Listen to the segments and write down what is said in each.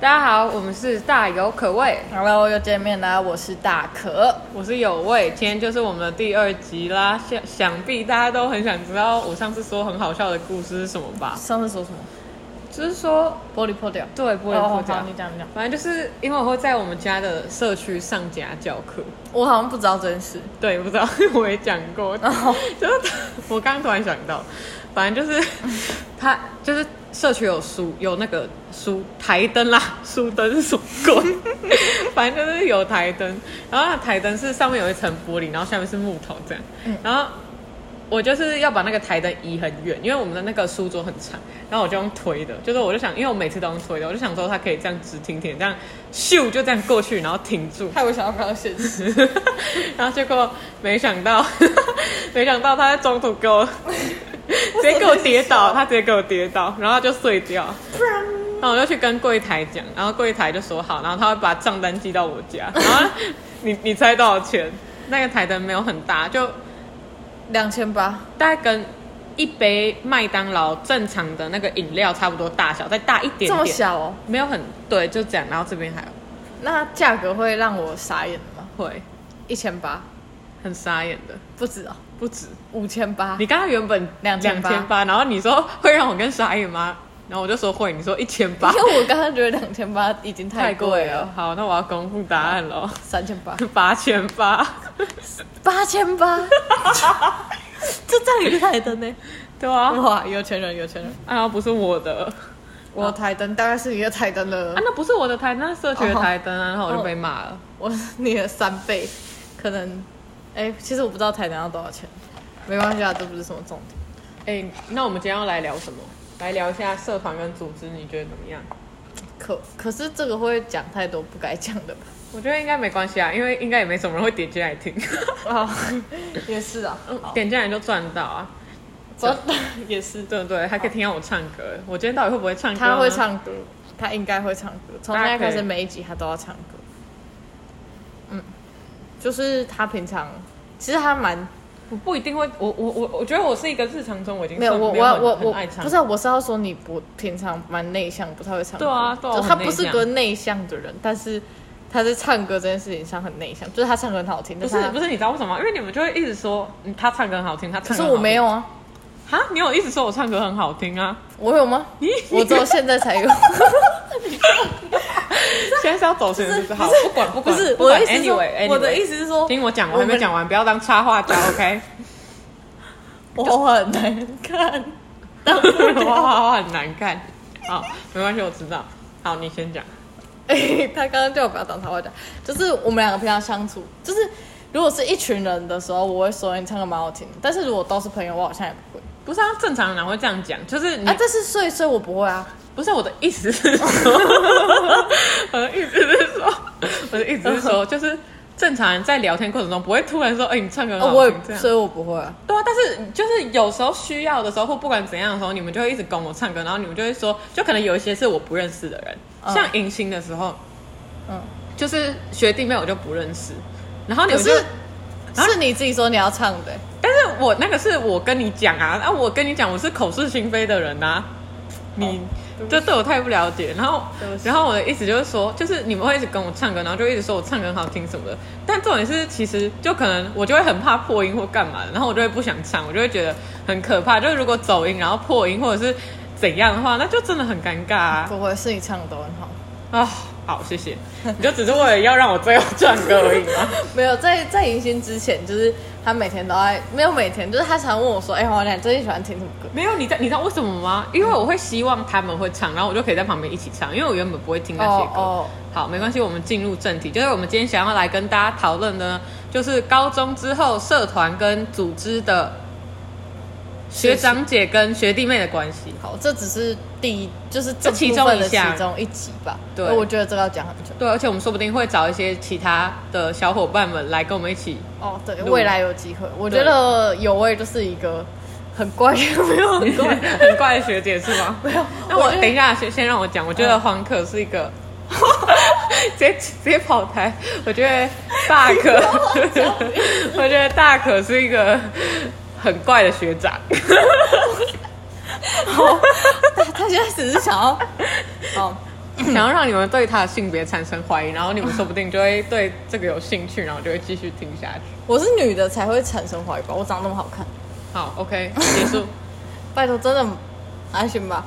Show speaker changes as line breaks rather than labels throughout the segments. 大家好，我们是大有可畏，
Hello，又见面啦！我是大可，
我是有味，今天就是我们的第二集啦。想想必大家都很想知道我上次说很好笑的故事是什么吧？
上次说什么？
就是说，
玻璃破掉，
对，不能
哦
破掉
好你。讲你讲。
反正就是因为我会在我们家的社区上家教课，
我好像不知道这件事。
对，不知道 我也讲过，
哦
就是我刚突然想到，反正就是他就是社区有书有那个书台灯啦， 书灯是什么鬼？ 反正就是有台灯，然后那台灯是上面有一层玻璃，然后下面是木头这样，然后。我就是要把那个台灯移很远，因为我们的那个书桌很长，然后我就用推的，就是我就想，因为我每次都用推的，我就想说它可以这样直挺挺，这样咻就这样过去，然后停住，
害我想要看到现实。
然后结果没想到， 没想到他在中途给 我直接给我跌倒，他直接给我跌倒，然后他就碎掉。然后我就去跟柜台讲，然后柜台就说好，然后他会把账单寄到我家。然后你你猜多少钱？那个台灯没有很大，就
两千八，
大概跟一杯麦当劳正常的那个饮料差不多大小，再大一点点，
这么小哦？
没有很对，就这样。然后这边还有
那价格会让我傻眼吗？
会
一千八
很傻眼的，
不止哦，
不止。
五千八
你。刚刚原本
2800
千八，然后你说会让我跟傻眼吗？然后我就说会，你说一千八
因，为我刚刚觉得两千八已经 太贵了，。
好，那我要公布答案喽，
三千八，
八千 八。
八千八，就 这样一个台灯呢？
对啊，
哇，有钱人，有钱人！
啊不是我 的，啊
我的台灯大概是你的台灯的，
那不是我的台，那是社区的台灯
哦
啊，然后我就被骂了。
我是你的三倍，可能，哎、其实我不知道台南要多少钱，没关系啊，这不是什么重点。
哎，那我们今天要来聊什么？来聊一下社团跟组织，你觉得怎么样？
可可是这个会讲太多不该讲 的吧？
我觉得应该没关系啊，因为应该也没什么人会点进来听，
啊，也是啊， 好，
点进来就赚到啊，
真的 也是，
对不对？还可以听到我唱歌，我今天到底会不会唱歌？
他会，唱歌，他应该会唱歌，从现在
大
开
家可
始
以
每一集他都要唱歌。嗯，就是他平常其实他蛮
我不一定会，我我我我觉得我是一个日常中我已经
没有
算
我
有
我
很
我
很
我
爱唱，
不是啊、我是要说你不平常蛮内向，不太会唱歌。
对啊对啊
就
我
他
很
不是
内向
个内向的人，但是他在唱歌这件事情上很内向，就是他唱歌很好听，
不
但
是
他
不是你知道为什么吗？因为你们就会一直说、嗯、他唱歌很好听，他唱歌
可是
很好听
我没有啊，
哈，你有一直说我唱歌很好听啊？
我 有吗？
咦，
我只有现在才有，
现在是要走神是不是？好，不管不
不
管，
是
不
我
管
的意思是说
，anyway，
我的意
思，
思是说，
听我讲，我还
我
没
们
讲完，不要当插画家 ，OK？
我很难看，
哇，很难看。好，没关系，我知道。好，你先讲。
哎，他刚刚叫我不要当插画家，就是我们两个平常相处，就是如果是一群人的时候，我会说你唱歌蛮好听的，但是如果都是朋友，我好像也不会
不是啊，正常人会这样讲，就是你、
啊。但是所以所以我不会啊。
不是我的意思是说， 我的意思是说，我的意思是说，就是正常人在聊天过程中不会突然说，哎、你唱歌很
哦，
好
我
听这
也，
样
所。以我不会啊。
对啊，但是就是有时候需要的时候，或不管怎样的时候，你们就会一直跟我唱歌，然后你们就会说，就可能有一些是我不认识的人，
嗯
像迎新的时候，
嗯，
就是学弟妹我就不认识，然后你
可
们就是
是你自己说你要唱的、
但是我那个是我跟你讲啊，啊，我跟你讲，我是口是心非的人呐、啊你
哦
这对我太不了解。然后
对不，起
然后我的意思就是说，就是你们会一直跟我唱歌，然后就一直说我唱歌很好听什么的。但重点是，其实就可能我就会很怕破音或干嘛的，然后我就会不想唱，我就会觉得很可怕。就是如果走音，然后破音或者是怎样的话，那就真的很尴尬啊！
不会是你唱的都很好。
啊、好，谢谢。你就只是为了要让我最后唱歌而已吗？
没有在在迎新之前，就是他每天都在，没有每天，就是他常问我说：“哎、黄亮，你最近喜欢听什么歌
没有，你知道你知道为什么吗？因为我会希望他们会唱，然后我就可以在旁边一起唱，因为我原本不会听？”那些歌。
哦，
好，没关系，我们进入正题，就是我们今天想要来跟大家讨论的呢，就是高中之后社团跟组织的学长姐跟学弟妹的关系。
好，这只是第一，就是这
这其
部
中
分
一
的
项
其中一集吧。
对
我觉得这个要讲很久。
对，而且我们说不定会找一些其他的小伙伴们来跟我们一起。
哦，对，
录
未来有机会，我
对
觉得有味就是一个很怪，没有很怪，
很怪的学姐是吗？
没有。
那我
觉得
等一下，先先让我讲。我觉得黄可是一 个，直接直接跑台。我觉得大 可，我觉得大可是一个很怪的学 长。
他现在只是想要，哦，
想要让你们对他的性别产生怀疑，然后你们说不定就会对这个有兴趣，然后就会继续听下去。
我是女的才会产生怀疑吧？我长得那么好看，
好，OK，结 束，
拜托，真的还行吧？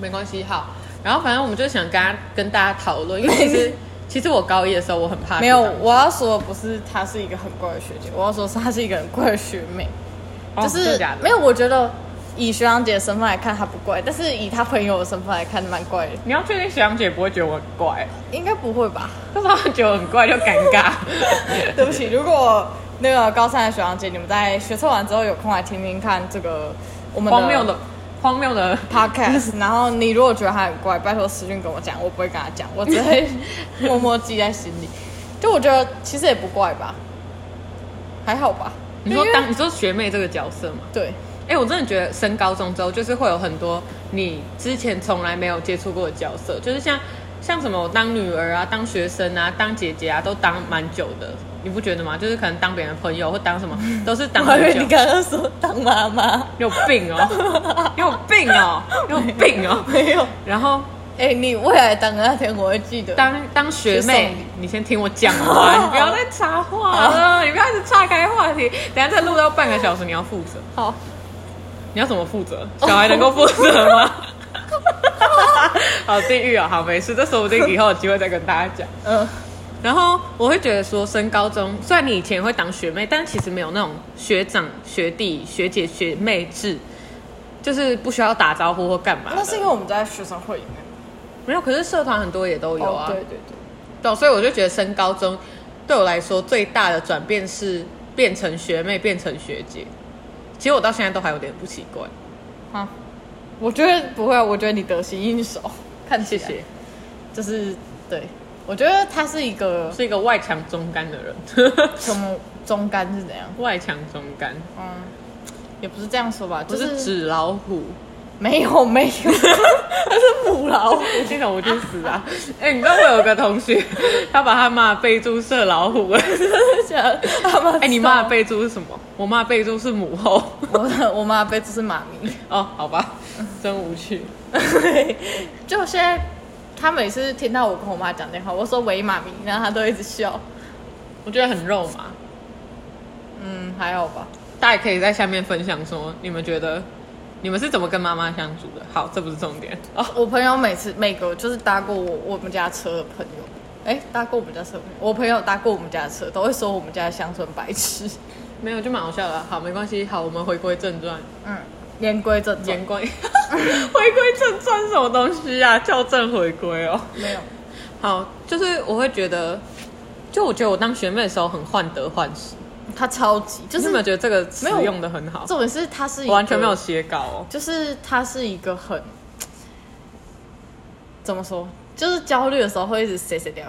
没关系，好。然后反正我们就想跟他跟大家讨论，因为其 实其实我高一的时候我很怕
没有
学，长
我要说的不是她是一个很怪的学姐，我要说是她是一个很怪的学妹，
哦
就
真
是
的假的
没有。我觉得以学长姐的身份来看她不怪，但是以她朋友的身份来看蛮怪的，
你要确定学长姐不会觉得我很怪，
应该不 会吧？
但是他们觉得我很怪就尴 尬。
对不起，如果那个高三的学长姐，你们在学测完之后有空来听听看这个我们
荒谬的，荒谬的，
podcast，然后你如果觉得他很怪，拜托私讯跟我讲，我不会跟他讲，我只 会默默记在心里。就我觉得其实也不怪吧，还好吧。
你说
因为
当你说学妹这个角色嘛？
对，
哎、我真的觉得升高中之后，就是会有很多你之前从来没有接触过的角色，就是像像什么我当女儿啊、当学生啊、当姐姐啊，都当蛮久的，你不觉得吗？就是可能当别人的朋友或当什 么，都是当
我还
很
以为
久
你。刚刚说当妈妈，
有病哦！有病哦！有病哦！
没有。
然后
哎、你未来当的那天我会记得。
当当学
学
妹
送礼，
你先听我讲完， 你不要再插话
哦
了，你不要一直岔开话题，等下再录到半个小时，你要负责。
好，
你要怎么负责？
哦
小孩能够负责 吗？ 好地狱哦，好没事，这说不定以后有机会再跟大家讲。
嗯、
然后我会觉得说，升高中虽然你以前会当学妹，但其实没有那种学长、学弟、学姐、学妹制，就是不需要打招呼或干嘛的。
啊哦那是因为我们在学生会里面。
没有，可是社团很多也都有啊。
哦对对对，
对啊，所以我就觉得升高中对我来说最大的转变是变成学妹，变成学姐。其实我到现在都还有点不习惯。
啊，我觉得不会啊，我觉得你得心应手，看起
谢
来
谢，
就是对。我觉得他是一个
是一个外强中干的人，
什么中干是怎样？
外强中干，
嗯，也不是这样说吧，
我
就是
纸老虎，
没有没 有，它是母 老虎。
这种我就死 啊！哎、你知道我有个同学，他把他妈的备注设老虎， 哎、
他们
你妈的备注是什么？我妈的备注是母后。
我我妈被就是妈咪，
哦，好吧，真无趣。
就现在他每次听到我跟我妈讲电话，我说喂妈咪，然后她都一直笑。
我觉得很肉麻。
嗯，还好吧。
大家也可以在下面分享说，你们觉得你们是怎么跟妈妈相处的？好，这不是重点哦。
我朋友每次每个就是搭过我我们家车的朋友，哎、搭过我们家车的朋友，我朋友搭过我们家的车，都会说我们家的乡村白痴。
没有，就蛮好笑的啊。好，没关系。好，我们回归正传，
嗯，言归正传，
言归 回归正传是什么东西啊？校正回归哦。
没有。
好，就是我会觉得，就我觉得我当学妹的时候很患得患失，
他超级
就
就
是是有没有觉得这个词
没有
用的很好？
重点是他是一
我完全
个
没有写稿哦。
就是他是一个很怎么说，就是焦虑的时候会一直谁谁掉。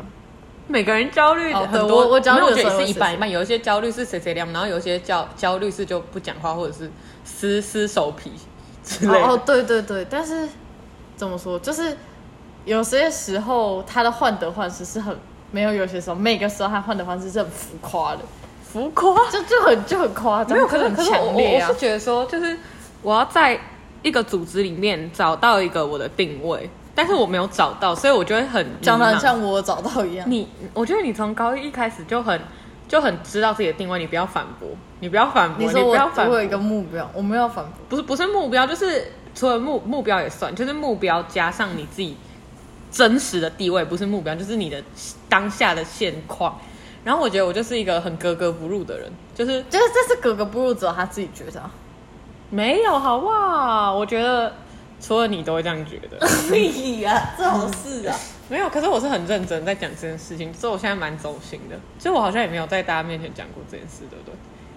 每个人焦虑的
哦
很
对
多，
我我焦虑
没有
的
觉
时候
得也
会
是一
是
半一半，有一些焦虑是谁谁亮，然后有一些焦焦虑是就不讲话或者是撕撕手皮之类的。
哦哦，对对对，但是怎么说，就是有些时候他的患得患失是很没有，有些时候每个时候他患得患失是很浮夸的，
浮夸。
就就很就很夸张，
哦没有，可是
很
可是我
强
我
烈
我
啊
是。觉得说，就是我要在一个组织里面找到一个我的定位，但是我没有找到，所以我就会很迷
讲的
茫
很像我找到一样，
嗯你。我觉得你从高一一开始就很就很知道自己的定位，你不要反驳，你不要反驳，
你
你
说
不
我
要反
我
驳
有一，个目标，我没有反驳，
不是不是目标，就是除了目目标也算，就是目标加上你自己真实的地位，不是目标，就是你的当下的现况。然后我觉得我就是一个很格格不入的人，就是
就是这是格格不入，只有他自己觉得啊。
没有，好不好？我觉得除了你都会这样觉得，
屁呀，这种事啊，
没有。可是我是很认真在讲这件事情，所以我现在蛮走心的。就我好像也没有在大家面前讲过这件事，对不对？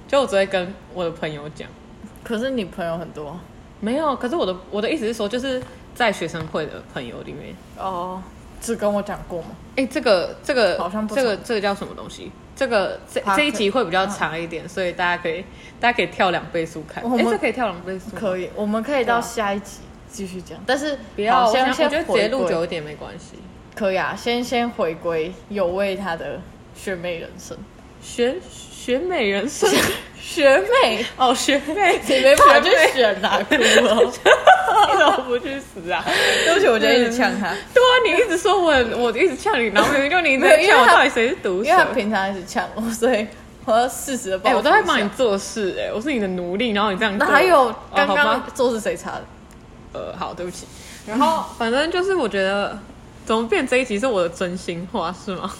就我只会跟我的朋友讲，
可是你朋友很多啊
没有。可是我的我的意思是说，就是在学生会的朋友里面，
哦，只跟我讲过吗？
哎，这个这个
好像不
这个这个叫什么东西？这个这
Podcast
这一集会比较长一点，所以大家可以大家可以跳两倍速看。
我们
哎，这可以跳两倍速吗，
可以，我们可
对啊
以到下一集继续讲，但是
不要。
好
我想
先
我觉得
先
直接录
回归
久一点没关系。
可以啊，先先回归有为他的学妹人生，
学学美人生。
学妹，
哦，学妹，
你没办法去啊
学妹
选哪、哭哦，
你怎么不去死啊？
对不起， 我就一直呛他，
对啊，你一直说我很，我一直呛你，然后明明就你一
没有因
直
为
呛我，
他
到底谁是毒
因
手
为？他平常一直呛我，所以啊我要适时的报
哎、
复。
我都在帮你。做事、哎，我是你的奴隶，然后你这样
那
对我
还有刚
哦好吧
刚做是谁查的？
呃，好，对不起。然后反正就是我觉得，怎么变这一集是我的真心话是吗？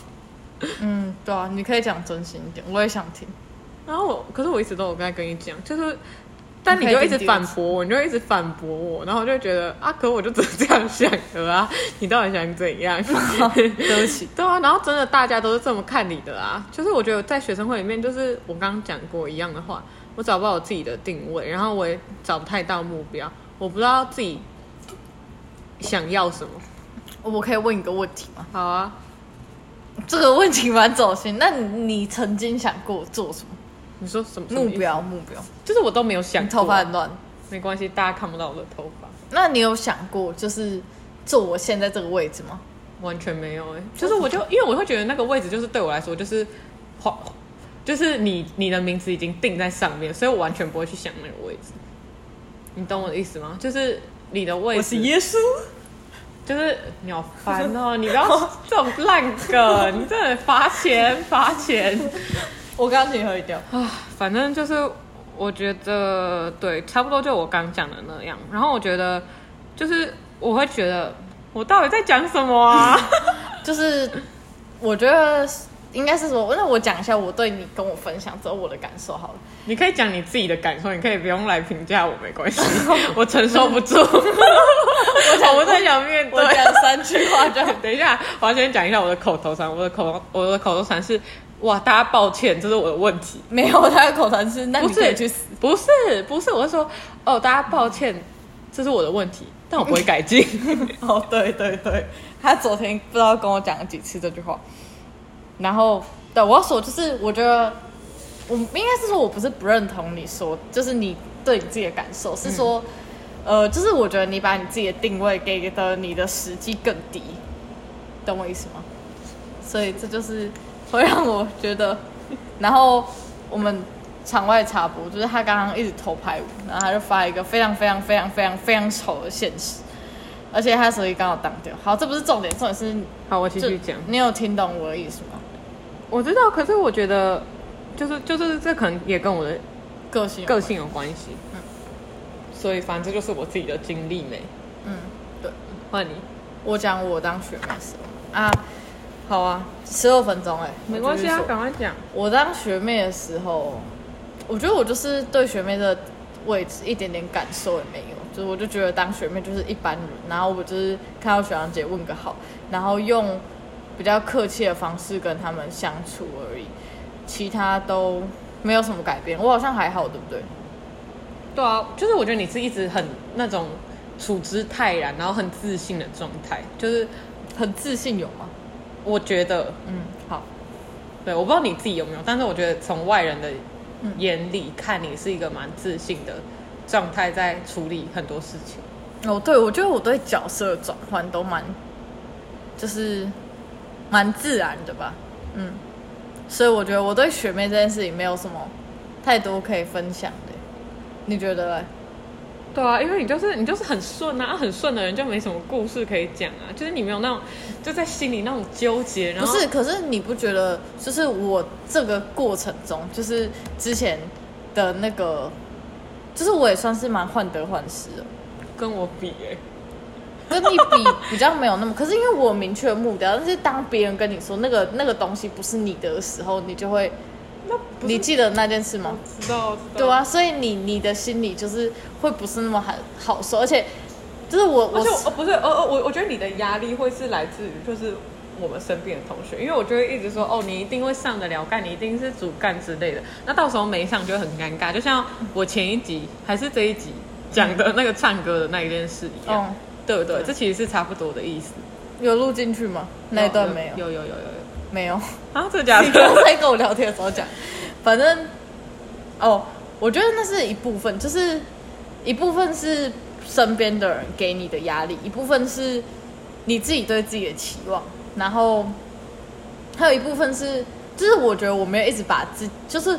嗯，对啊，你可以讲真心一点，我也想听。
然后我，可是我一直都有在跟你讲，就是，但你就
你可以
一直
定
反驳我，你就一直反驳我，然后我就觉得啊，可我就只是这样想的啊， 你到底想怎 样？
哦对不起，
对啊，然后真的大家都是这么看你的啊，就是我觉得在学生会里面，就是我刚刚讲过一样的话，我找不到我自己的定位，然后我也找不太到目标，我不知道自己想要什么。
我可以问一个问题吗？
好啊，
这个问题蛮走心。那你曾经想过做什么
你说什么
目？标？目标？
就是我都没有想
你
过啊
头发很乱。
没关系，大家看不到我的头发，
那你有想过就是坐我现在这个位置吗？
完全没有哎、就是我就因为我会觉得那个位置就是对我来说就是花，就是你你的名字已经定在上面，所以我完全不会去想那个位置。你懂我的意思吗？就是你的位置，
稣。
就是你好烦哦！你不要 这种烂梗，你真的罚钱罚钱
我刚刚请你喝一掉。
啊！反正就是我觉得对，差不多就我刚讲的那样。然后我觉得就是我会觉得我到底在讲什么啊？
就是我觉得应该是说，那我讲一下我对你跟我分享之后我的感受好了。
你可以讲你自己的感受，你可以不用来评价我，没 关系，我承受 不住。我
讲
我不太想面对
我。讲三句话就好。
等一下，我要先讲一下我的口头禅。我的口我的口头禅是：哇，大家抱歉，这是我的问题。
没有，他的口头禅是那
不
你可
是
以去死。
不是不是，我是说，哦，大家抱歉，这是我的问题，但我不会改 进。
哦，对对对，他昨天不知道跟我讲了几次这句话。然后，对我要说就是，我觉得我应该是说我不是不认同你说，就是你对你自己的感受是说，呃，就是我觉得你把你自己的定位给的你的实际更低，懂我意思吗？所以这就是会让我觉得，然后我们场外插播，就是他刚刚一直偷拍我，然后他就发一个非常非常非常非常非常丑的现实，而且他手机刚好挡掉。好，这不是重点，重点是
好，我继
就
续讲。
你有听懂我的意思吗？
我知道，可是我觉得，就是就是这可能也跟我的
个性有
个
关，
性有关系。嗯，所以反正这就是我自己的经历没。
嗯，对，
换你，
我讲我当学妹的时候啊，好啊，十二分钟哎、
没关系
我
啊
继续，说
赶快讲。
我当学妹的时候，我觉得我就是对学妹的位置一点点感受也没有，就是我就觉得当学妹就是一般人，然后我就是看到学长姐问个好，然后用比较客气的方式跟他们相处而已，其他都没有什么改变。我好像还好，对不对？
对啊，就是我觉得你是一直很那种处之泰然，然后很自信的状态。就是
很自信有吗？
我觉得，
嗯，好，
对，我不知道你自己有没有，但是我觉得从外人的
嗯
眼里看，你是一个蛮自信的状态，在处理很多事情。
哦，对，我觉得我对角色的转换都蛮，就是蛮自然的吧，嗯，所以我觉得我对学妹这件事情没有什么太多可以分享的，你觉得嘞？
对啊，因为你就是你就是很顺啊，很顺的人就没什么故事可以讲啊，就是你没有那种就在心里那种纠结，然
不
后
是，可是你不觉得就是我这个过程中，就是之前的那个，就是我也算是蛮患得患失的，
跟我比、欸，
跟你比比较没有那么，可是因为我有明确的目标，但是当别人跟你说那个那个东西不是你的时候，你就会，你记得那件事吗？
知道？知道
对，啊，所以你你的心里就是会不是那么好好受，而且就是我
而
我
且我不是，呃呃，我我觉得你的压力会是来自于就是我们身边的同学，因为我就会一直说哦，你一定会上得了干，你一定是主干之类的。那到时候没上就会很尴尬，就像我前一集还是这一集讲的那个唱歌的那一件事一样，
嗯
对不对？
对
这其实是差不多的意思。哦
有录进去吗？那一段没有，
有有有有有
没有。
有啊，真的假
你刚
的？
才跟我聊天的时候讲，反正哦，我觉得那是一部分，就是一部分是身边的人给你的压力，一部分是你自己对自己的期望，然后还有一部分是，就是我觉得我没有一直把自，就是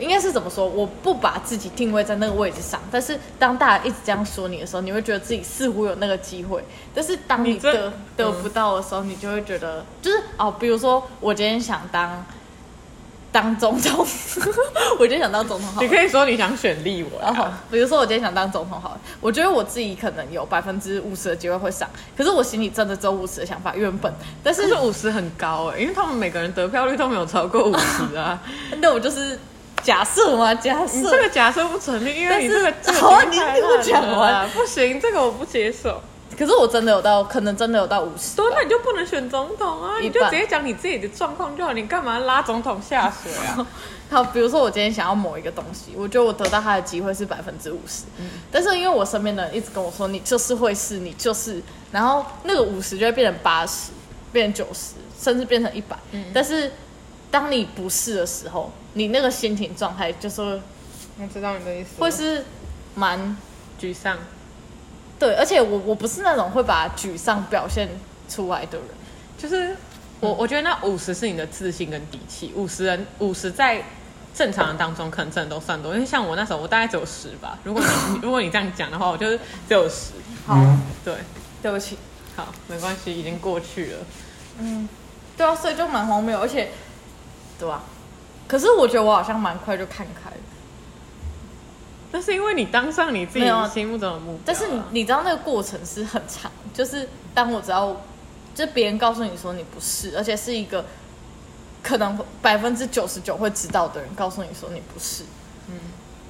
应该是怎么说？我不把自己定位在那个位置上，但是当大家一直这样说你的时候，你会觉得自己似乎有那个机会，但是当你
你这
得得不到的时候，你就会觉得就是哦，比如说我今天想当当总统， 我今天想当总统好哦
你
了。
可以说你想选立委、
然后
啊，，
比如说我今天想当总统好了，我觉得我自己可能有百分之五十的机会会上，可是我心里真的只有五十的想法，原本，
但
但是
是五十很高哎、因为他们每个人得票率都没有超过五十啊。
那我就是假设嘛，假
你这
设
个假设不成立，因
但
为哦你
是
这个这个
好
已
你
经太
听我
烂
讲
了
完
啦不行，这个我不接受。
可是我真的有到，可能真的有到五十。
对，那你就不能选总统啊！
一
你就
半
直接讲你自己的状况就好，你干嘛拉总统下水 啊？
好，比如说我今天想要某一个东西，我觉得我得到它的机会是百分之五十，但是因为我身边的人一直跟我说你就是会是，你就是，然后那个五十就会变成八十，变成九十，甚至变成一百、但是当你不是的时候，你那个心情状态就是会
我知道你的意思
会是蛮
沮丧，
对，而且我我不是那种会把沮丧表现出来的人。
就是我我觉得那五十是你的自信跟底气，五十人五十在正常人当中可能真的都算多，因为像我那时候我大概只有十吧。如果 你如果你这样讲的话，我就是只有十。
好，
对，
对不起。
好，没关系，已经过去了。
对啊，所以就蛮荒谬，而且，对啊，可是我觉得我好像蛮快就看开了。
那是因为你当上你自
没
己
有啊
心目中的目标啊、
但是你你知道那个过程是很长，就是当我知道，就别人告诉你说你不是，而且是一个可能百分之九十九会知道的人告诉你说你不是，嗯，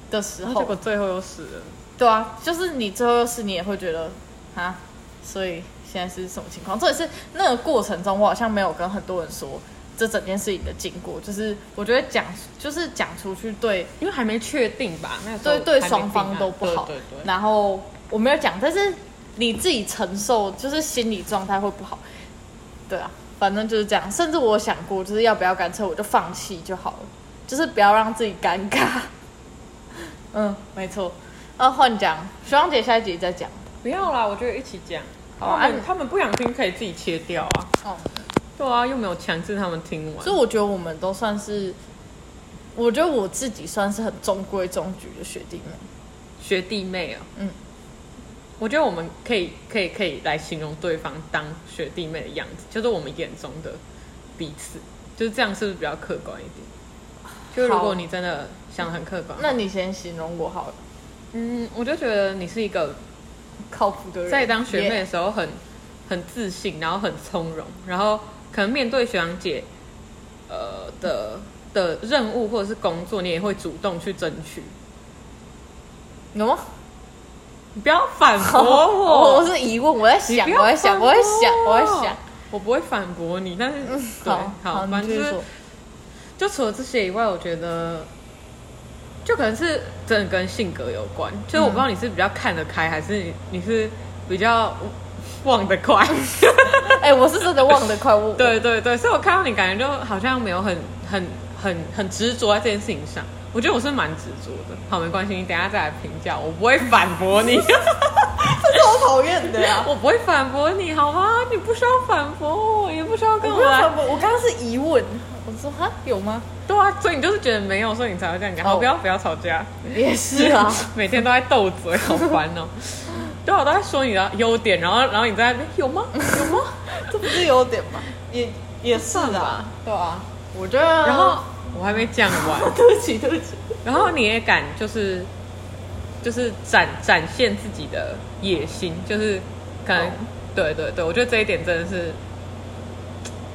的时
然后结果
候，
最后又死了。
对啊，就是你最后是你也会觉得啊，所以现在是什么情况？这也是那个过程中，我好像没有跟很多人说这整件事情的经过，就是我觉得讲就是讲出去对。
因为还没确定吧，那时候
对对，
还没定
双
案
方都不好。
对对对，
然后我没有讲，但是你自己承受，就是心理状态会不好。对啊，反正就是这样。甚至我有想过，就是要不要干脆我就放弃就好了，就是不要让自己尴尬。 嗯，没错。那换讲，徐望姐下一集再讲。
不要啦，我觉得一起讲。
好啊
他们他们不想听可以自己切掉啊。
哦，
对啊，又没有强制他们听完
所以。我觉得我们都算是，我觉得我自己算是很中规中矩的学弟妹。
学弟妹啊，
嗯，
我觉得我们可以可以可以来形容对方当学弟妹的样子，就是我们眼中的彼此，就是这样，是不是比较客观一点？就如
好
果你真的想得很客观，
那你先形容我好了，
嗯，我就觉得你是一个
靠谱的人。
在当学妹
Yeah
的时候很很自信，然后很从容，然后可能面对学长姐呃的的任务或者是工作，你也会主动去争取。
有吗？
你不要反驳
我
我，
哦 我是疑问，我在
你
想，
不要
我在想，
反
我
驳
在想，我在想。，嗯
我不会反驳你，但是对，
好
好，
你
反
继
正
续
就是
说。
就除了这些以外，我觉得就可能是真的跟性格有关。就是我不知道你是比较看得开，还是你你是比较忘得快。
哎、我是真的忘得快，我
对对对，所以我看到你，感觉就好像没有很很很很执着在这件事情上。我觉得我是蛮执着的。好，没关系，你等一下再来评价，我不会反驳 你，
超讨厌的 呀。
我不会反驳你，好吗？你不需要反驳我，也不需要
我
跟
不
我
要
来。
反驳，我刚刚是疑问，我说哈有 吗？
对啊，所以你就是觉得没有，所以你才会这样讲。好，
哦
不要不要吵架，
也是啊，
每天都在斗嘴，好烦哦。对啊，我都在说你的优点，然后然后你在那边有 吗？有吗？
这不是优点吗？也也是
算吧，
对啊，我觉得。
然后我还没讲完。
对不起，对不起，
然后你也敢就是就是展展现自己的野心，就是可能、
哦
对对对，我觉得这一点真的是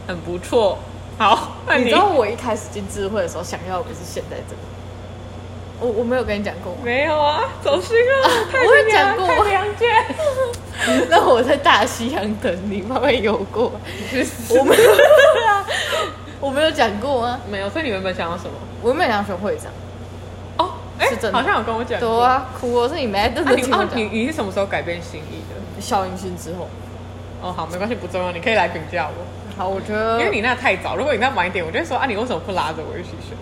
很不错。好，那
哦你
你
知道我一开始进智慧的时候，想要的不是现在这个。我我没有跟你讲 过吗？
没有啊？走心了，太
哦我有
平洋
讲过
太平洋见。
那我在大西洋等你，慢慢游过。
我们
我没有讲过啊，
没有，所以你原本想要什么？
我没有想选会长。
哦，哎、
是真的
好像有跟我讲
对
过。
啊，哭哦，是你没真
啊
的
你
听我
啊你
讲。
你是什么时候改变心意的？
校音训之后，
哦，好，没关系，不重要，你可以来评价我，
好，我觉得，
因为你那太早。如果你那晚一点，我就会说啊，你为什么不拉着我一起选？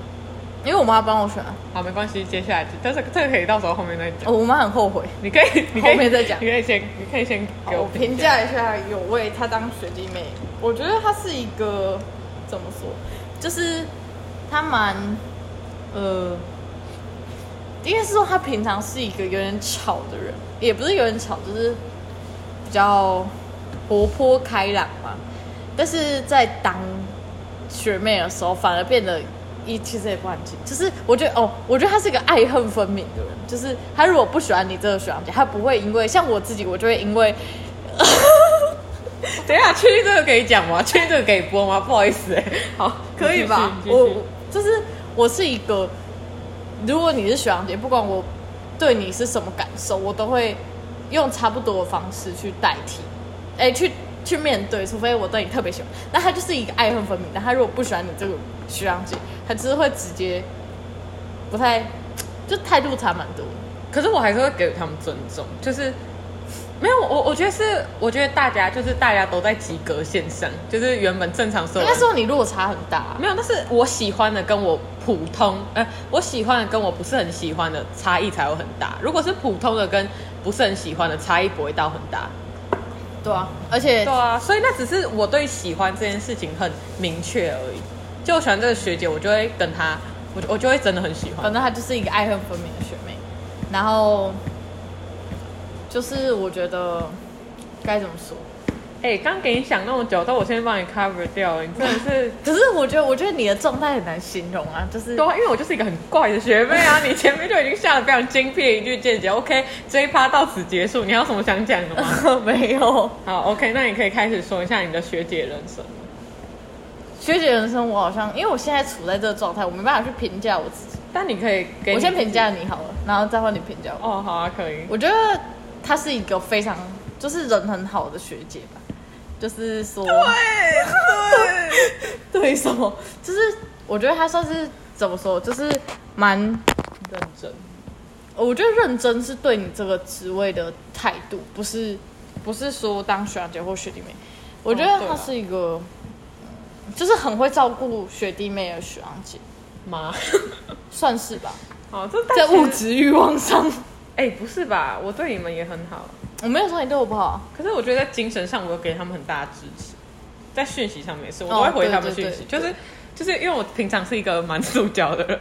因为我妈帮我选啊，
好，没关系，接下来就但是这个可以到时候后面再讲。
哦我妈很后悔。
你可以，你可以
后面再讲
你可以先，你可以先
好
给我
我评价一下有为她当学弟妹，我觉得她是一个怎么说，就是她蛮呃应该是说他平常是一个有点吵的人，也不是有点吵，就是比较活泼开朗嘛。但是在当学妹的时候，反而变得一其实也不安静。就是我觉得哦，我觉得他是一个爱恨分明的人，就是他如果不喜欢你这个学长姐，他不会因为像我自己，我就会因为
等一下，确定这个可以讲吗？确定这个可以播吗？不好意思、欸，好，
可以吧？
你继续
我
你继
我就是我是一个，如果你是学长姐，不管我对你是什么感受，我都会用差不多的方式去代替，哎、去去面对，除非我对你特别喜欢。那他就是一个爱恨分明的，他如果不喜欢你这个学长姐，他就是会直接不太，就态度差蛮多的。
续可是我还是会给予他们尊重，就是没有我，我觉得是，我觉得大家就是大家都在及格线上，就是原本正常所有人
应该说你落差很大、啊
没有，但是我喜欢的跟我普通，呃，我喜欢的跟我不是很喜欢的差异才会很大。如果是普通的跟不是很喜欢的差异不会到很大。
对啊，而且
对啊，所以那只是我对喜欢这件事情很明确而已。就我喜欢这个学姐，我就会跟她，我我就会真的很喜欢
反。正她就是一个爱恨分明的学妹。然后就是我觉得该怎么说？
哎、刚给你想那么久，但我现在帮你 cover 掉了，你真的是。
可是我觉得，我觉得你的状态很难形容啊，就是
对啊，因为我就是一个很怪的学妹啊！你前面就已经下了非常精辟的一句见解。OK，这一趴到此结束，你还有什么想讲的吗？
没有
好，OK，那你可以开始说一下你的学姐人生。
学姐人生，我好像因为我现在处在这个状态，我没办法去评价我自己。
但你可以给
我
你
先
自己
评。价你好了，然后再换你评价我。
哦，好啊，可以。
我觉得她是一个非常就是人很好的学姐吧，就是说
对，
对什么，就是我觉得她算是怎么说，就是蛮
认真，
我觉得认真是对你这个职位的态度，不是不是说当学长姐或学弟妹。我觉
哦
得
对
他
啦
是一个，嗯就是很会照顾学弟妹的学长姐，
妈，
算是吧，
好，这
在
但其实
物质欲望上，
哎、不是吧？我对你们也很好，
我没有说你对我不好，啊
可是我觉得在精神上，我有给他们很大的支持，在讯息上面也是，我都
哦
会回他们
对对
讯
对
息，
对
就是。就是因为我平常是一个蛮塑胶的人，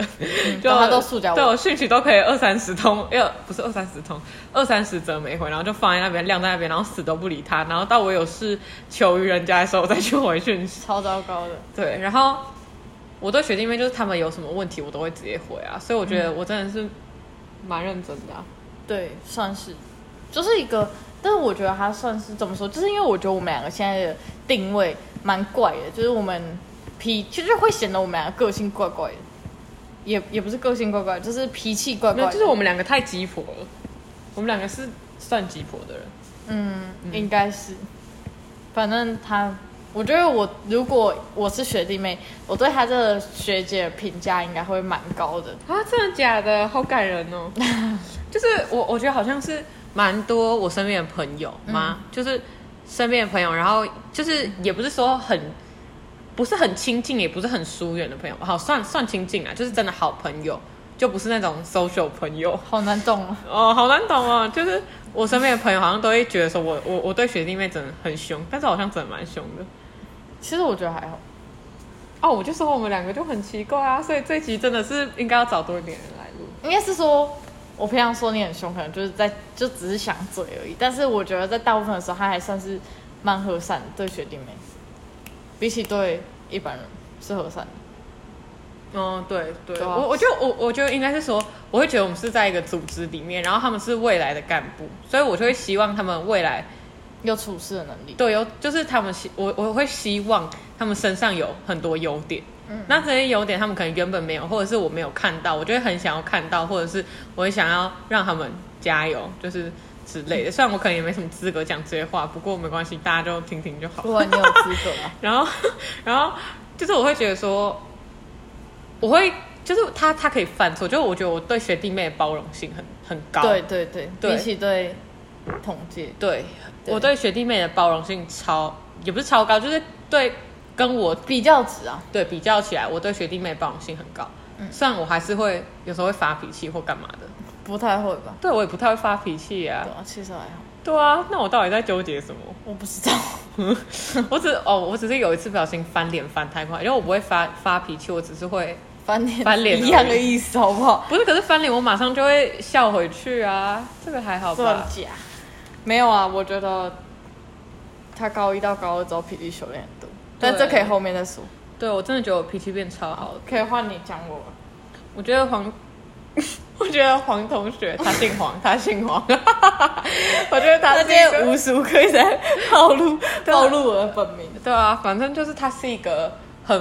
就
大家嗯都塑胶
对
我
我讯息都可以二三十通，要不是二三十通，二三十则没回，然后就放在那边晾在那边，然后死都不理他，然后到我有事求于人家的时候，我再去回讯息。
超糟糕的。
对，然后我对学弟妹就是他们有什么问题，我都会直接回啊，所以我觉得
嗯
我真的是蛮认真的、啊。
对，算是，就是一个，但是我觉得他算是怎么说，就是因为我觉得我们两个现在的定位蛮怪的，就是我们脾，其实会显得我们两个个性怪怪的，也也不是个性怪怪，就是脾气怪
没
怪
有，
的，
就是我们两个太鸡婆了，我们两个是算鸡婆的人。
嗯，应该是，反正他。我觉得我如果我是学弟妹，我对他这个学姐的评价应该会蛮高的。
啊，真的假的？好感人 哦！就是我，我觉得好像是蛮多我身边的朋友嘛，就是身边的朋友，然后就是也不是说很不是很亲近，也不是很疏远的朋友，好算算亲近啊，就是真的好朋友，就不是那种 social 朋友。
好难懂哦，
哦，好难懂哦，就是我身边的朋友好像都会觉得说我我我对学弟妹真的很凶，但是好像真的蛮凶的。
其实我觉得还好。
哦，我就说我们两个就很奇怪啊，所以这集真的是应该要找多一点人来录。
应该是说，我平常说你很凶，可能就是在就只是想嘴而已。但是我觉得在大部分的时候，他还算是蛮和善的，对学弟妹，比起对一般人是和善的。
嗯，对对，
对啊
我我就我我觉得应该是说，我会觉得我们是在一个组织里面，然后他们是未来的干部，所以我就会希望他们未来
有处事的能力，
对有就是他们希我我会希望他们身上有很多优点。嗯，那这些优点他们可能原本没有，或者是我没有看到，我就会很想要看到，或者是我会想要让他们加油，就是之类 的。虽然我可能也没什么资格讲这些话，不过没关系，大家就听听就好
不。管你有资格啊
然后， 然后就是我会觉得说，我会就是他他可以犯错，就是我觉得我对学弟妹的包容性很很高，
对对对，
对
比起对统计，
对
对
我对学弟妹的包容性超也不是超高，就是对跟我
比较值啊。
对比较起来，我对学弟妹的包容性很高。虽然我还是会有时候会发脾气或干嘛的，
不太会吧？
对我也不太会发脾气啊
对。啊，其实还好，
对啊，那我到底在纠结什么？
我不知道。
我只哦，我只是有一次不小心翻脸翻太快，因为我不会发发脾气，我只是会
翻脸
翻脸而已
一样的意思，好不好？
不是，可是翻脸我马上就会笑回去 啊，这个还好吧？
假？没有啊，我觉得他高一到高二之后脾气修炼很多，但这可以后面再说。
对我真的觉得我脾气变超好了。
可以换你讲我吧。
我觉得黄， 我觉得黄同学他姓黄，他姓黄， 我觉得他
他
是
今
一个
天无时无刻在暴露暴露我的本 名。
对啊，反正就是他是一个很，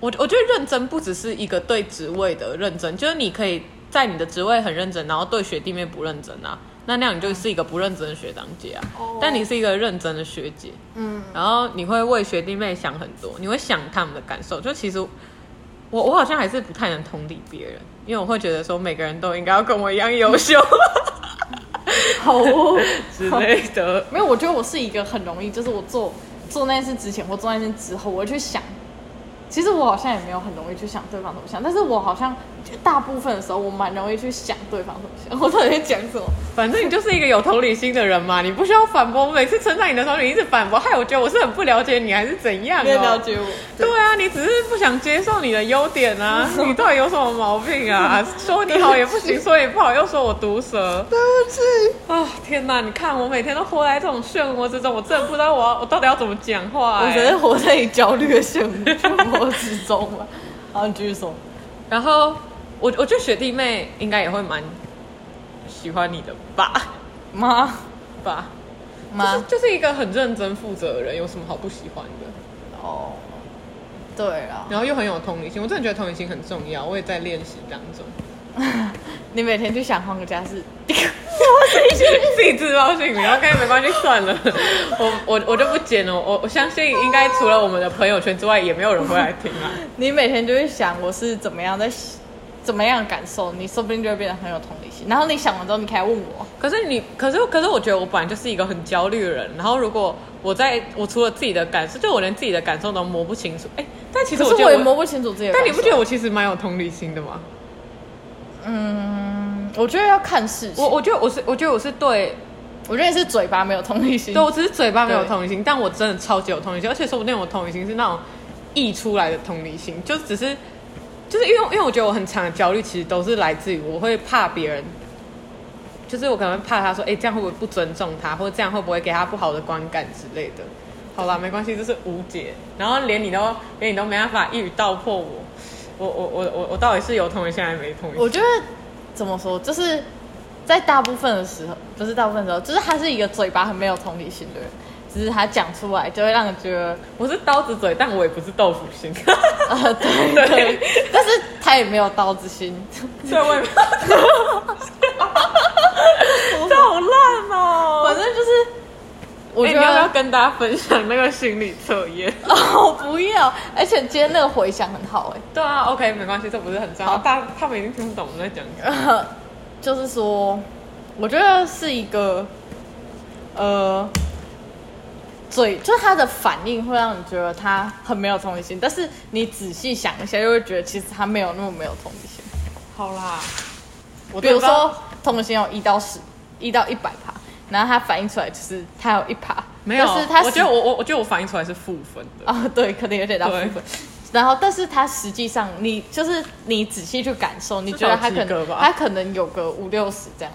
我我觉得认真不只是一个对职位的认真，就是你可以在你的职位很认真，然后对学弟妹不认真啊，那那样你就是一个不认真的学长姐啊。
哦
但你是一个认真的学姐，
嗯，
然后你会为学弟妹想很多，你会想他们的感受。就其实我我好像还是不太能同理别人，因为我会觉得说每个人都应该要跟我一样优秀
好哦
之类的。
没有，我觉得我是一个很容易，就是我做做那件事之前或做那件事之后，我会去想。其实我好像也没有很容易去想对方怎么想，但是我好像大部分的时候，我蛮容易去想对方怎么想。 我到底在讲什么？
反正你就是一个有同理心的人嘛，你不需要反驳。我每次称赞你的时候，你一直反驳，害我觉得我是很不了解你，还是怎样、哦？
没有了解我。
对啊，你只是不想接受你的优点 啊，你到底有什么毛病啊？说你好也不行，说你不好又说我毒舌。
对不起。
啊，天哪！你看我每天都活在这种漩涡之中，我真的不知道我要我到底要怎么讲话、
我
欸。
只是活在你焦虑的漩涡之中了。 好，你继续说。
然后我我觉得学弟妹应该也会蛮喜欢你的吧
妈
吧，就
妈
是，就是一个很认真负责的人，有什么好不喜欢的？
哦，对啊了，
然后又很有同理心，我真的觉得同理心很重要，我也在练习当中。
你每天去想换个家是，
自己自报姓名，OK，没关系，算了，我我我就不剪了。我我相信应该除了我们的朋友圈之外，也没有人会来听啊。
你每天就会想我是怎么样在怎么样的感受，你说不定就会变得很有同理心。然后你想完之后，你可以来问我，
可是你，可是可是，我觉得我本来就是一个很焦虑的人。然后如果我在我除了自己的感受，就我连自己的感受都摸不清楚。哎、但其实
可
我
是
觉
我
得
也摸不清楚自己的感
但
受。
你不觉得我其实蛮有同理心的吗？
嗯，我觉得要看事情。
我
我
我觉得我是，我觉得我是对，
我觉得你是嘴巴没有同理心。
对我只是嘴巴没有
对
同理心，但我真的超级有同理心，而且说不定我同理心是那种溢出来的同理心，就只是就是因为因为我觉得我很强的焦虑，其实都是来自于我会怕别人，就是我可能会怕他说，哎、这样会不会不尊重他，或者这样会不会给他不好的观感之类的。好啦，没关系，这是无解。然后连你都连你都没办法一语道破我，我我我我我到底是有同理心还是没同理心？
我觉得怎么说，就是在大部分的时候，不是大部分的时候，就是他是一个嘴巴很没有同理心的人，只是他讲出来就会让人觉得，
我是刀子嘴，但我也不是豆腐心，
呃，对
对
对，但是他也没有刀子心，
所以我也 没有。这好烂哦、
反正就是我
我
觉
觉得、要
得、
跟大家分享那个心理测验。
哦不要，而且今天那个回响很好哎、
对啊，OK，没关系，这不是很重要。
好
大他们已经听不懂我们在讲什么。
呃， 就是说，我觉得是一个，呃，嘴就是他的反应会让你觉得他很没有同理心，但是你仔细想一下，又会觉得其实他没有那么没有同理心。
好啦，我
比如说，同理心有一到十，一到一百趴，然后他反应出来就是他有一趴，
没有，
但是他
我
实
觉得我我我觉得我反应出来是负分的。
啊、对，可能有点到负分。然后，但是他实际上，你就是你仔细去感受，你觉得他可
至少及格
能
吧
他可能有个五六十这样，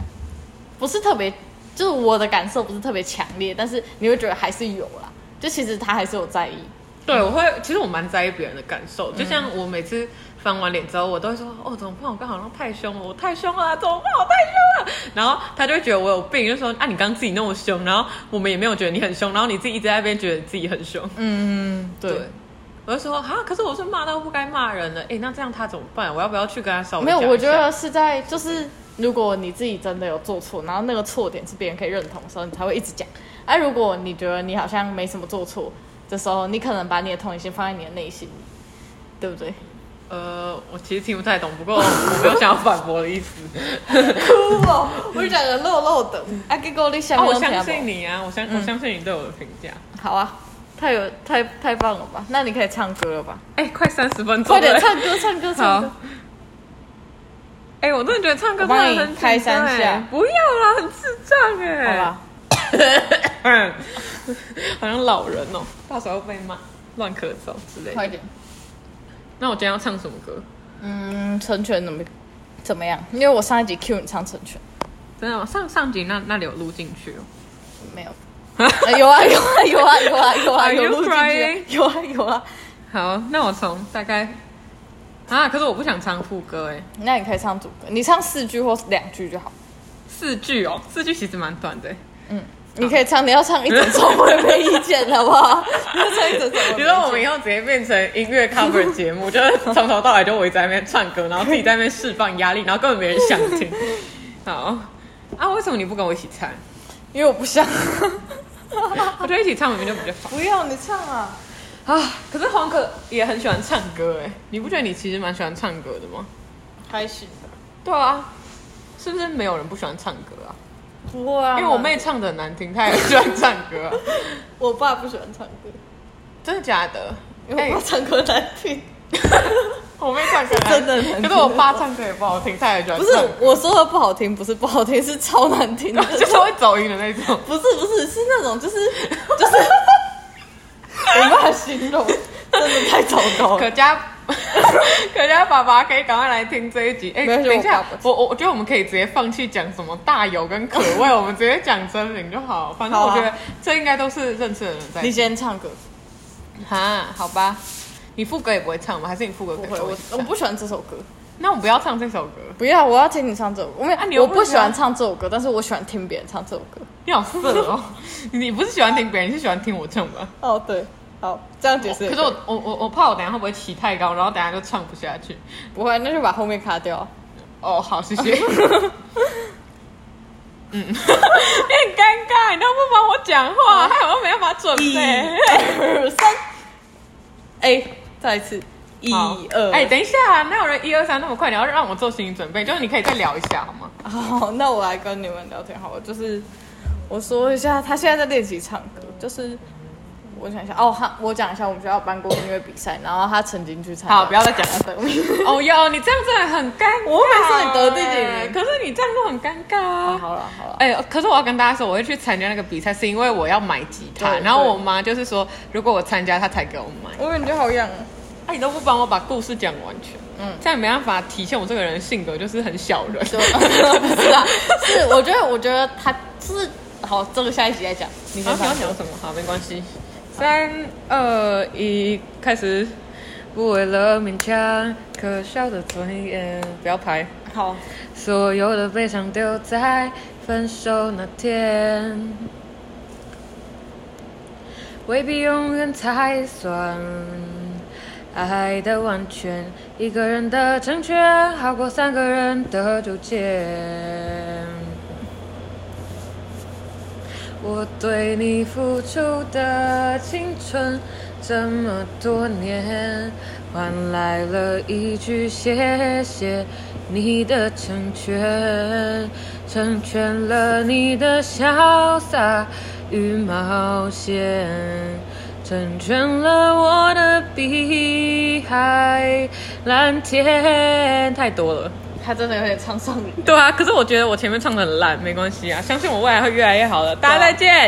不是特别，就是我的感受不是特别强烈，但是你会觉得还是有啦，就其实他还是有在意。
对，我会，其实我蛮在意别人的感受。
嗯
就像我每次翻完脸之后，我都会说：“哦，怎么办？我刚好像太凶了，我太凶了，啊怎么办？我太凶了。”然后他就会觉得我有病，就说：“啊，你刚刚自己那么凶，然后我们也没有觉得你很凶，然后你自己一直在那边觉得自己很凶。
嗯，
对，我就说：“哈，可是我是骂到不该骂人的，哎，那这样他怎么办？我要不要去跟他稍微
没有，
讲一
我觉
下
得是在就是，如果你自己真的有做错，然后那个错点是别人可以认同的时候，你才会一直讲。哎、如果你觉得你好像没什么做错的时候，你可能把你的同理心放在你的内心里，对不对？
呃，我其实听不太懂，不过我没有想要反驳的意 思。
哭哦，我讲的漏漏的，啊，结果你想
啊，我
不
相
想
信你啊，我相
嗯
我相信你对我的评价。
好啊，太有太太棒了吧？那你可以唱歌了吧？
哎，快三十分钟，
快点
了。
唱歌，唱歌，唱 歌
好。哎、我真的觉得唱歌
我帮
真
你
的很紧
开三
张哎
下
不要啦，很智障哎、
好吧，
嗯， 好像老人哦、到时候被骂、乱咳嗽之类的。
点。
那我今天要唱什么歌？
嗯，成全怎么怎么样？因为我上一集 Q 你唱成全，
真的吗？上上集那那里有录进去哦。
没有。呃有啊有啊有啊有啊有啊
Are
有
you
录进去
crying？
的，有啊有啊。
好，那我从大概啊，可是我不想唱副歌哎，
那你可以唱主歌，你唱四句或两句就好。
四句哦，四句其实蛮短的欸。
你可以唱，你要唱一整首，我也没意见，好不 好？你要唱一整首，也没意见
你说我们以后直接变成音乐 cover 节 目，就是从头到尾就我一直在那边唱歌，然后自己在那边释放压力，然后根本没人想 听。好啊，为什么你不跟我一起唱？
因为我不想，
我觉得一起唱明明就比较好
不要你唱啊。
啊。可是黄可也很喜欢唱歌哎，你不觉得你其实蛮喜欢唱歌的吗？
开心的。
对啊，是不是没有人不喜欢唱歌啊？
不会啊，
因为我妹唱的很难听，她也喜欢唱 歌啊、
我爸不喜欢唱歌，
真的假的？
因为
哎
我爸唱歌难听。
我妹 唱歌难
真的很难听
可是我爸唱歌也不好听，他也喜欢
不
唱
是
歌，
我说的不好听，不是不好听，是超难听 的。
就是会走音的那种。
不是不是，是那种就是 就是我没办法形容， 真的太糟糕了。
可嘉， 可嘉爸爸可以赶快来听这一集。哎、
没关系
等一下
我爸爸，
我我我觉得我们可以直接放弃讲什么大有跟可畏，我们直接讲真名就好。反正
好
我
啊
觉得这应该都是认识的人在
你。先唱歌，
哈，好吧，你副歌也不会唱吗？还是你副歌
不
可以
会，
跟我
我
一起
我
唱？
不喜欢这首歌。
那我们不要唱这首歌，
不要，我要听你唱这首歌。我没有
啊你又
我
不
不
喜
喜欢
欢
唱这首歌，但是我喜欢听别人唱这首歌。
你好色 哦！你不是喜欢听别人，你是喜欢听我唱吧？
哦，对，好，这样解释也
可
以。
是我我我我怕我等一下会不会起太高，然后等一下就唱不下去。
不会，那就把后面卡掉。
哦，好，谢谢。 嗯， 你很尴尬，你都不帮我讲话，害我都没办法准备。
二三，哎，再一次，一
好
二，
哎，，等一下，哪有人一二三那么快？你要让我做心理准备，就是你可以再聊一下好吗？
好，那我来跟你们聊天好了，就是我说一下，他现在在练习唱歌，就是我想一下，哦，他我讲一下，我们学校有办过音乐比赛，然后他曾经去参加，
好，不要再讲了。
得名，
哦哟，你这样真的很尴尬。
我每次你得第几名
可是你这样都很尴尬啊。
好了好了，
哎、可是我要跟大家说，我会去参加那个比赛，是因为我要买吉他。
对
然后
对
我妈就是说，如果我参加，她才给我买。
我感觉好痒哦，
哎、你都不帮我把故事讲完全，嗯
嗯，
这样没办法体现我这个人的性格，就是很小人。
就 不是啊，是我觉得我觉得他就是好，这个下一集再讲，你
啊你
先
想
讲
想，讲什么？好，没关系。三二一，开始。不为了勉强，可笑的尊严，不要拍。
好，
所有的悲伤丢在分手那天，未必永远才算爱的完全。一个人的成全，好过三个人的纠结。我对你付出的青春，这么多年，换来了一句谢谢你的成全，成全了你的潇洒与冒险，成全了我的碧海蓝天。太多了。
他真的有点唱上瘾。
对啊，可是我觉得我前面唱的很烂，没关系啊，相信我未来会越来越好的。大家再见。